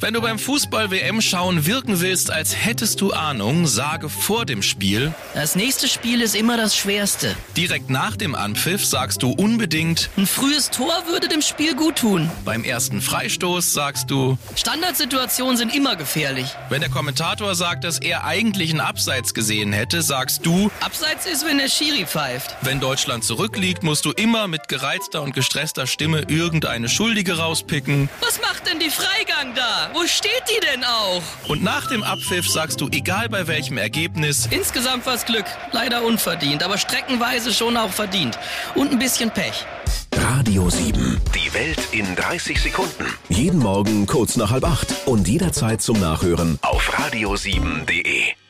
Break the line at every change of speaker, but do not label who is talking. Wenn du beim Fußball-WM schauen wirken willst, als hättest du Ahnung, sage vor dem Spiel,
Das nächste Spiel ist immer das schwerste.
direkt nach dem Anpfiff sagst du unbedingt,
Ein frühes Tor würde dem Spiel gut tun.
beim ersten Freistoß sagst du,
Standardsituationen sind immer gefährlich.
wenn der Kommentator sagt, dass er eigentlich einen Abseits gesehen hätte, sagst du,
Abseits ist, wenn der Schiri pfeift.
wenn Deutschland zurückliegt, musst du immer mit gereizter und gestresster Stimme irgendeine Schuldige rauspicken.
Was macht denn die Freigang da? Wo steht die denn auch?
Und nach dem Abpfiff sagst du, egal bei welchem Ergebnis,
Insgesamt war's Glück. Leider unverdient, aber streckenweise schon auch verdient. Und ein bisschen Pech.
Radio 7.
Die Welt in 30 Sekunden.
Jeden Morgen kurz nach halb acht und jederzeit zum Nachhören
Auf radio7.de.